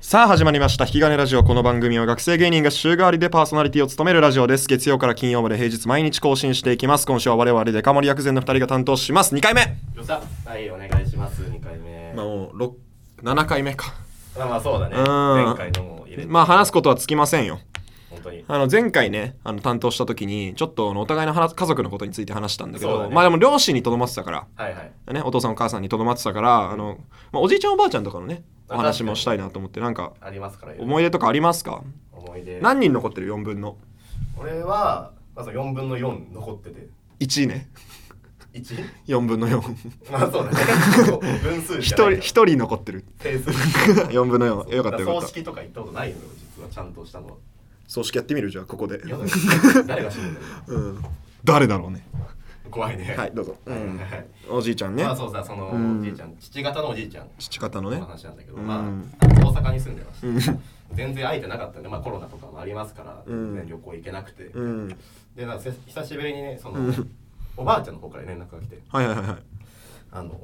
さあ始まりました引き金ラジオこの番組は学生芸人が週替わりでパーソナリティを務めるラジオです月曜から金曜まで平日毎日更新していきます今週は我々デカ盛り薬膳の2人が担当します2回目よっしゃはいお願いします2回目まあもうろ7回目かまあまあそうだねうん前回のも入れてまあ話すことはつきませんよ本当にあの前回ねあの担当した時にちょっとあのお互いの話家族のことについて話したんだけそどうだねまあでも両親にとどまってたからはいはいね、お父さんお母さんにとどまってたからあの、まあ、おじいちゃんおばあちゃんとかのねお話もしたいなと思ってなんかありますから思い出とかありますか思い出何人残ってる4分の俺はまず4分の4残ってて1ね 1? 4分の4まあそうだねそう分数一じ人ゃないから一人残って る定数4分 の4よかっただらよか葬った式とか行ったことないのよ実はちゃんとしたの は葬式やってみるじゃあここ で、嫌だよ誰が死ぬんだようん、誰だろうね怖いねはいどうぞ、うはいんはいはいおじいちゃんねまあそうさそのうんおじいちゃん父方のおじいちゃん父方のねの話なんだけど、うんまあ、大阪に住んでました全然会えてなかったんで、まあ、コロナとかもありますから、うん全然旅行行けなくて、うんでなんかせ久しぶりにねその、おばあちゃんの方から連絡が来てはいはいはいはいあの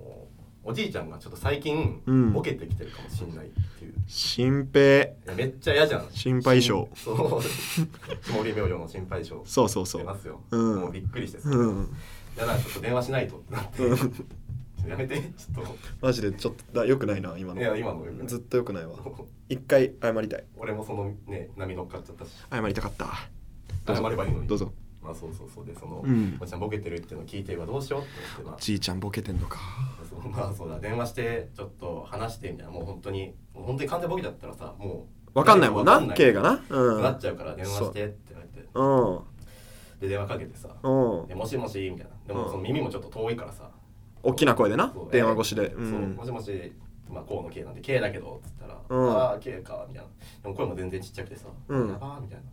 おじいちゃんがちょっと最近、うんボケてきてるかもしんないっていう心平いやめっちゃ嫌じゃん心配性そう下り明星の心配性そうそうそ出まうすよ、うんもうびっくりしてさ、うんいやなんかちょっと電話しないとってなってやめてちょっマジでちょっとだよくないな今とのいや今のよくないずっとよくないわ一回謝りたい俺もそのね波乗っかっちゃったし謝りたかったどう謝ぞればいいのにどうぞまあそうそうそうでその、うんおじちゃんボケてるっていうのを聞いてはどうしようって思ってじいちゃんボケてんのかまあそう まあそうだ電話してちょっと話してみたいなもう本当にもう本当に完全ボケだったらさもうわかんないもんなわか K がなうんなっちゃうから電話してって言われてうんで電話かけてさうんでもしもしみたいなでもその耳もちょっと遠いからさ大きな声でなそう電話越しでそううんもしもしまあこうの K なんで K だけどっつったら「うんああ K か」みたいなでも声も全然ちっちゃくてさ「うんやばー」みたいな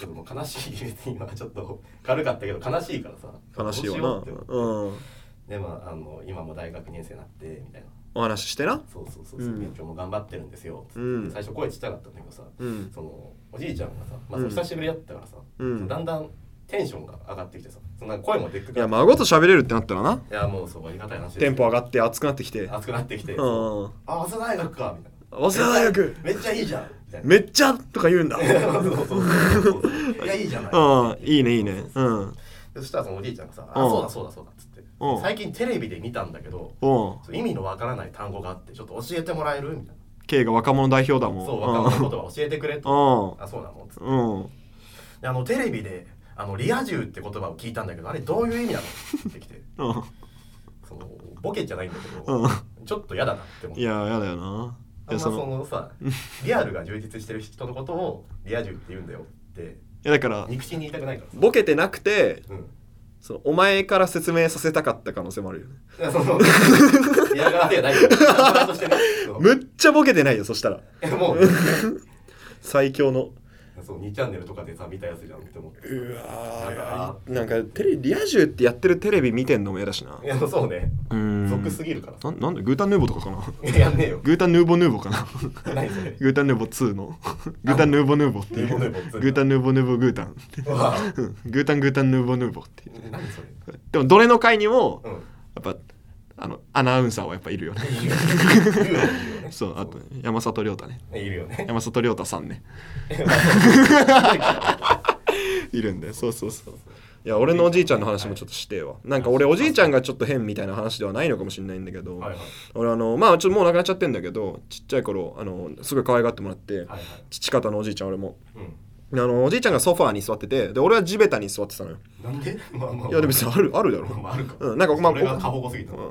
ちょっともう悲しい別に今ちょっと軽かったけど悲しいからさ悲しいどうよわうってな思ってうんでまああの今も大学2年生になってみたいなお話ししてなそうそうそうそうう、ん勉強も頑張ってるんですよ、うん最初声ちっちゃかったんだけどさ、うんそのおじいちゃんがさ、まあ、うそんの久しぶりだったからさ、うんだんだんテンションが上がってきてさそのなんか声もでっかくいやなって孫と喋れるってなったらないやもうそうありがたい話ですテンポ上ががって熱くなってきて熱くなってきて、うんそう早あ早稲田大学かみたい稲田大学なめっちゃいいじゃんみたいなめっちゃとか言うんだ そうそうそうそういやいいじゃない、うんいいねいいねそうそううそうんでそしたらそのおじいちゃんがさ「うあんそうだそうだそうだ」っつってうん最近テレビで見たんだけどうん意味のわからない単語があってちょっと教えてもらえるみたい K が若者代表だもなんそう若者の言葉教えてくれとあそうなのつってうんうんであのテレビであのリア充って言葉を聞いたんだけどあれどういう意味なのって来てうんそのボケじゃないんだけど、うんちょっと嫌だなって思っいて。ややだよなあいやんまそそののさリアルが充実してる人のことをリア充って言うんだよっていやだから肉親に言いたくないからさボケてなくてうんそのお前から説明させたかった可能性もあるよねいやその 嫌がらせじゃないよ嫌がらせとしてねそうむっちゃボケてないよそしたらいやもう最強のそう2チャンネルとかでさ見たやつじゃんって思ってうわわーなんかテレビリア充ってやってるテレビ見てんのも嫌だしないやそうねうん俗すぎるからさななんでグータンヌーボーとかかない ややんねえよグータンヌーボーヌーボーかな 何それグータンヌーボー2の グータンヌーボーヌーボーっていヌーボーうヌーボー2グータンヌーボーヌーボーグータン うわうんグータングータンヌーボーヌーボーっていう何それでもどれの回にもうんやっぱあのアナウンサーはやっぱいるよねいるよねいるよねいるよね そうあと山里亮太ねいるよね。山里亮太さんね いるんでそうそうそういや俺のおじいちゃんの話もちょっとしてよなんか俺おじいちゃんがちょっと変みたいな話ではないのかもしれないんだけど、はいはい俺あのまあちょっともう亡くなっちゃってんだけどちっちゃい頃あのすごい可愛がってもらって、はいはい。父方のおじいちゃん俺もうであのおじいちゃんがソファーに座っててで俺は地べたに座ってたのよん。なんで？まあまあ。いやでも別にあるあるだろまあまああるか。うんなんかまあそれが過保護すぎた。うはん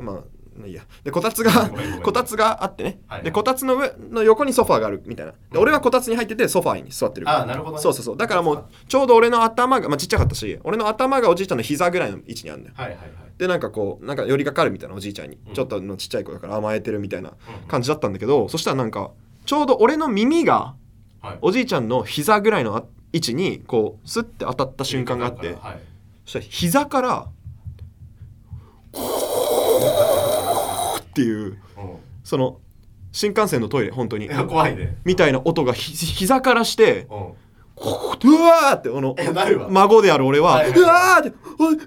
うんまあいいやでこたつがごめんごめんこたつがあってね、はいはいでこたつの上の横にソファーがあるみたいなで俺はこたつに入っててソファーに座ってるあーなるほどねそうそうそうだからもうちょうど俺の頭が、まあ、ちっちゃかったし俺の頭がおじいちゃんの膝ぐらいの位置にあるんだよいはいはい。でなんかこうなんか寄りかかるみたいなおじいちゃんに、うんちょっとのちっちゃい子だから甘えてるみたいな感じだったんだけど、そしたらなんかちょうど俺の耳がはい。おじいちゃんの膝ぐらいのあ位置にこうスッて当たった瞬間があってはい。そしたら膝からっていううその新幹線のトイレ本当にん。いや怖いね。みたいな音がひ膝からしてうん。うわーってこのえなるわ。孫である俺ははいはいうわーっておえーっ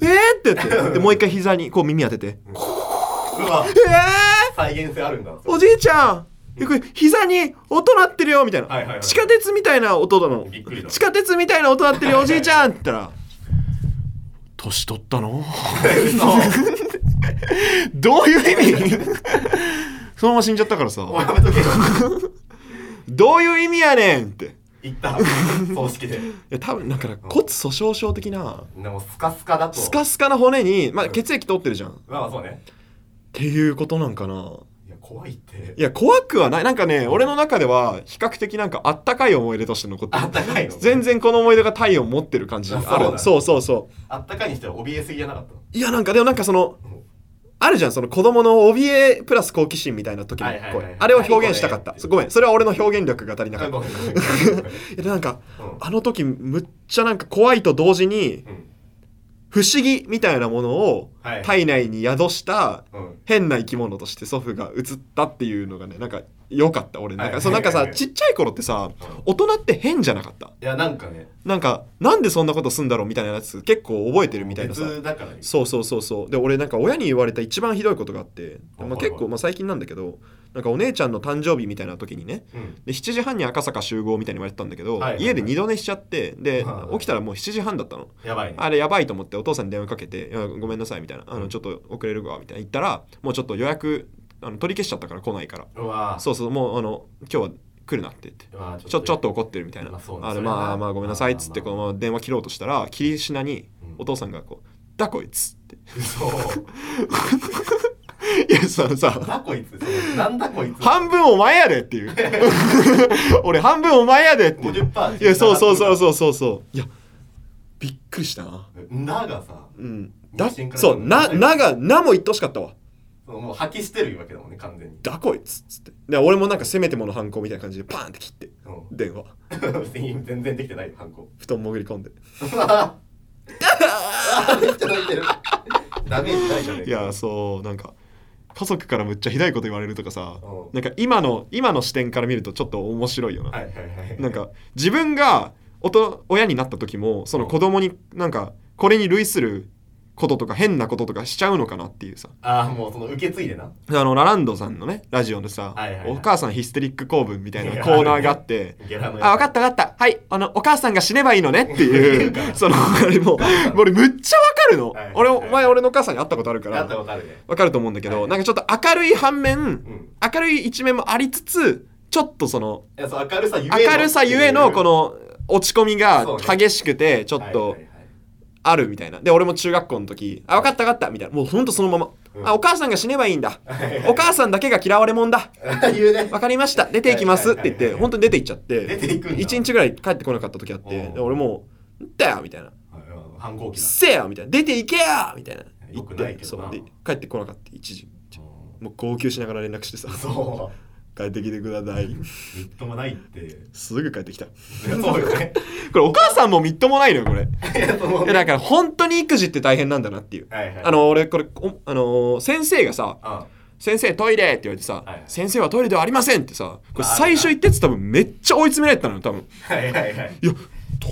て言ってでもう一回膝にこう耳当ててうわえー再現性あるんだ。おじいちゃんえこれ膝に音鳴ってるよみたいな、はいはいはい地下鉄みたいな音だのびっくりだ地下鉄みたいな音鳴ってるよおじいちゃんって言ったら「年取ったの?嘘」どういう意味 そのまま死んじゃったからさお前やめとけよ「どういう意味やねん!」ってい言った葬式でや多分だから骨粗しょう症的なでもスカスカだとスカスカな骨に、まあ、血液通ってるじゃんっまあまあそうねていうことなんかないや怖いっていや怖くはないなんかね俺の中では比較的なんかあったかい思い出として残ってあるったかいの全然この思い出が体温持ってる感じあるあそうだそうそうそうあったかいにしては怯えすぎじゃなかったいやなんかでもなんかそのうんあるじゃんその子供の怯えプラス好奇心みたいな時の声、はいはいはいはいあれを表現したかったはいそうごめんそれは俺の表現力が足りなかあっごためんごめんいやなんかうんあの時むっちゃなんか怖いと同時にうん不思議みたいなものをはい体内に宿したうん変な生き物として祖父が映ったっていうのがねなんか良かった俺なんはかいそうなんかはさいはいちっちゃい頃ってさ大人って変じゃなかったいやなんかねなんかなんでそんなことすんだろうみたいなやつ結構覚えてるみたいなさ別だからねそうそうそうそうで俺なんか親に言われた一番ひどいことがあって、はいまはあ、い結構、まあ、最近なんだけどなんかお姉ちゃんの誕生日みたいな時にねうんで7時半に赤坂集合みたいに言われてたんだけど、はいはいはい家で二度寝しちゃってではいはい起きたらもう7時半だったのやばいねあれやばいと思ってお父さんに電話かけていや「ごめんなさい」みたいな「あうのんちょっと遅れるわ」みたいな言ったらもうちょっと予約あの取り消しちゃったから来ないからうわそうそうもうあの今日は来るなって言ってうわちちょちょっと怒ってるみたいな、まあそうねあれそれはまあまあごめんなさいっつってまこあのまあまま電話切ろうとしたら霧品にうんお父さんがこう「だこいつ」って嘘いやそのさなこいつ なんだこいつ半分お前やでっていう 俺半分お前やでっていう50%いやそうそうそうそうそうそういやびっくりしたなうながさうんだ妊娠からそうな「な」が「な」も言ってほしかったわもう吐き捨てるわけだもんね完全に「だこいつ」っつってで俺もなんかせめてもの反抗みたいな感じでパーンって切ってうん 電話全然できてないよ反 抗布団潜り込んでめっちゃ泣いてるダメージないじゃねいやそうなんか家族からむっちゃひどいこと言われるとかさうんなんか今の今の視点から見るとちょっと面白いよな、はいはいはいなんか自分がおと親になった時もその子供になんかこれに類することとか変なこととかしちゃうのかなっていうさああもうその受け継いでなあのラランドさんのねラジオのさ、はいはいはいお母さんヒステリック構文みたいなコーナーがあってゲラのやつあ分かった分かったはいあのお母さんが死ねばいいのねってい言うかうそのあれもう俺むっちゃ分かるの、はいはいはい俺お前俺のお母さんに会ったことあるかやったらことあるね分かると思うんだけど、はいなんかちょっと明るい反面、うん明るい一面もありつつちょっとそのいやそう明るさゆえの明るさゆえのこの落ち込みがそうね激しくてちょっはといはいはいあるみたいなで俺も中学校の時「あ分かった分かった」みたいなもうほんとそのまま「うんあお母さんが死ねばいいんだはいはいお母さんだけが嫌われもんだ 言うね分かりました出ていきます」って言っはいてはいはい本当に出ていっちゃって出ていくんだ1日ぐらい帰ってこなかった時あってうんで俺もう「んだよ」みたいなうん反抗「期だせえよ」みたいな「出ていけよ」みたいな言よっくないてけそどなうで帰ってこなかった一時うんもう号泣しながら連絡してさそ帰ってきてくださいうみっともないっていやすぐ帰ってきたそうよ ねこれお母さんもみっともないのよこれいやそのいやだから本当に育児って大変なんだなっていう。はいはいあの俺これおあのー先生がさうん「先生トイレ!」って言われてさはい「先生はトイレではありません!」ってさこれまあ最初言ったやつ多分めっちゃ追い詰められてたのよ多分はいはいはいいや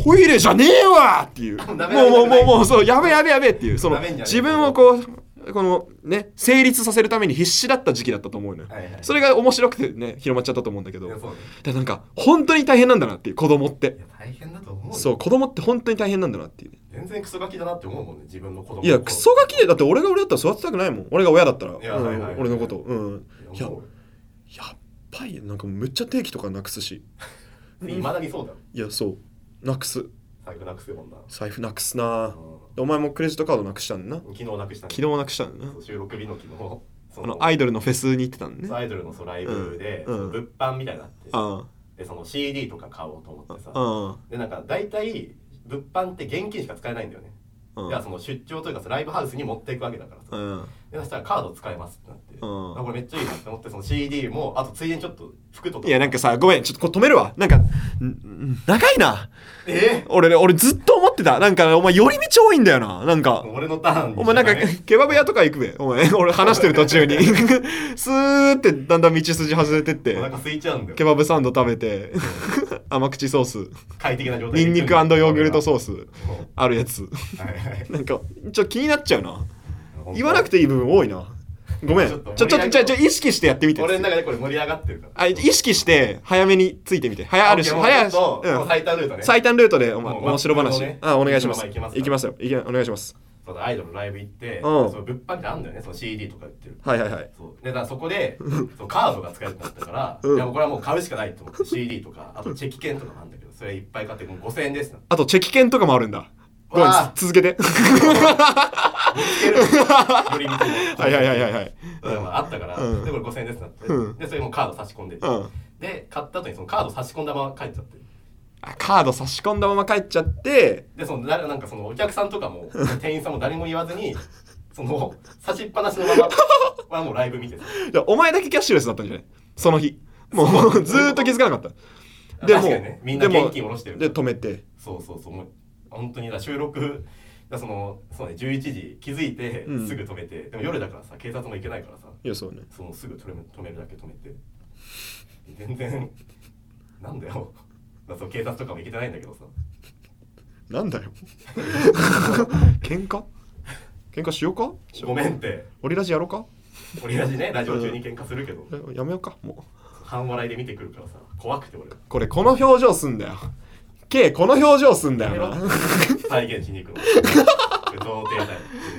トイレじゃねえわっていうもう舐められたくなもういもうもうそうやべえやべえやべえっていうその舐めんじゃねえ自分をこうこのね成立させるために必死だった時期だったと思うのよはいはいそれが面白くてね広まっちゃったと思うんだけどいやだかそうねらなんか本当に大変なんだなっていう子供っていや大変だと思うよそう子供って本当に大変なんだなっていうね全然クソガキだなって思うもんね自分の子供のいやクソガキでだって俺が俺だったら育てたくないもん俺が親だったら、いやうんはいはい俺のことうんいや思うやっぱりなんかめっちゃ定期とかなくすしいまだにそうだよいやそうなくす財布なくせもんな財布なくすなうお前もクレジットカードなくしたんだなん昨日なくした昨ね日なくしたんだな収録日の昨日そあのアイドルのフェスに行ってたんそうねアイドルのそうライブで、うんうん物販みたいなのあってあでその CD とか買おうと思ってさああでなんか大体物販って現金しか使えないんだよね、あじゃあその出張というかそのライブハウスに持っていくわけだからさ、うんでそしたらカード使えますってなって、んあこれめっちゃいいなって思ってその CD もあとついでにちょっと服とかいやなんかさごめんちょっとこれ止めるわなんかんん長いなえ俺ね俺ずっと思ってたなんかお前寄り道多いんだよななんか俺のターンにお前なんか、ケバブ屋とか行くべ。お前、 俺話してる途中に。 スーってだんだん道筋外れてっおて腹、空いちゃうんだケよバブサンド食べて、 甘口ソース、快適な状態ニンニクヨーグルトソース、ーあるやつ。 スなんか、ちょっと気になっちゃうな。言わなくていい部分多いな。ごめん。ちちょょ、っちとょ、ちょ、ちょ、ちょ意識してやってみて。俺の中でこれ盛り上がってるからあ、意識して、早めについてみて。早あるし、オッケー早もあうしちょっ。とう。もうん最短ルートね最短ルートで、お前、もう面白話まあね。あ、お願いします。行きます行きますよ。いけ、お願いします。そうアイドルのライブ行って、んその物販ってあんだよねその CD とか売ってるはいはいはい。そうでだからそこでそうカードが使えるんだったから、うんいやもうこれはもう買うしかないと思って CD とかあとチェキ券とかもあるんだけどそれいっぱい買ってもう5000円ですなあと、チェキ券とかもあるんだ。ごめんわあ、続けて。 つけるより道にはいはいはいはいはい。そういうのがあったから、うんでこれ5000円ですなって、うんでそれもカード差し込んで、うん。で買った後にそのカード差し込んだまま帰っちゃってあカード差し込んだまま帰っちゃって、でそのななんかそのお客さんと かも店員さんも誰も言わずにその差しっぱなしの まままあもうライブ見てたいやお前だけキャッシュレスだったんじゃないその日。もう、 ずーっと気づかなかっあた。でも確かにね、みんな現金で下もろしてるで、止めて。そうそうそうもう本当にだ収録だそのそう、ね、11時気づいてうんすぐ止めて、でも夜だからさ警察も行けないからさいや、そうね。そのすぐ止め止めるだけ止めて全然なんだよだそう警察とかも行けてないんだけどさなんだ よ。喧嘩喧嘩しようかごめんってオリラジやろうか俺らしねラジオ中に喧嘩するけどえやめようかも半笑いで見てくるからさ怖くて俺うこれこの表情すんだよ K この表情すんだよな再現しに行く の童貞だよ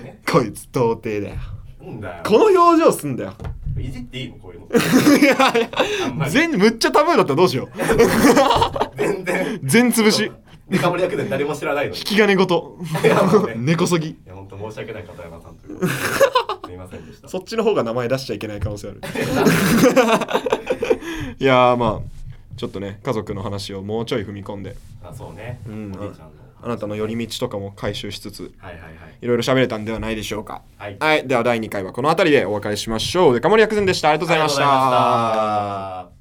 ねこいつ童貞だよなんだよこの表情すんだよ いじっていいのこういうのいやいあんまやり全むっちゃタブーだったらどうしよ う全然全潰しデカ盛り役で誰も知らないのに引き金ごといやもうね根こそぎいや、本当申し訳ない片山さんということで。すいませんでした。そっちの方が名前出しちゃいけない可能性ある いやーまあちょっとね家族の話をもうちょい踏み込んであ、そうね。うんおじいちゃんの。あなたの寄り道とかも回収しつつはいはいはい。いろいろ喋れたんではないでしょうかはいはい、では第2回はこの辺りでお別れしましょうデカ盛り薬膳でしたありがとうございましたありがとうございました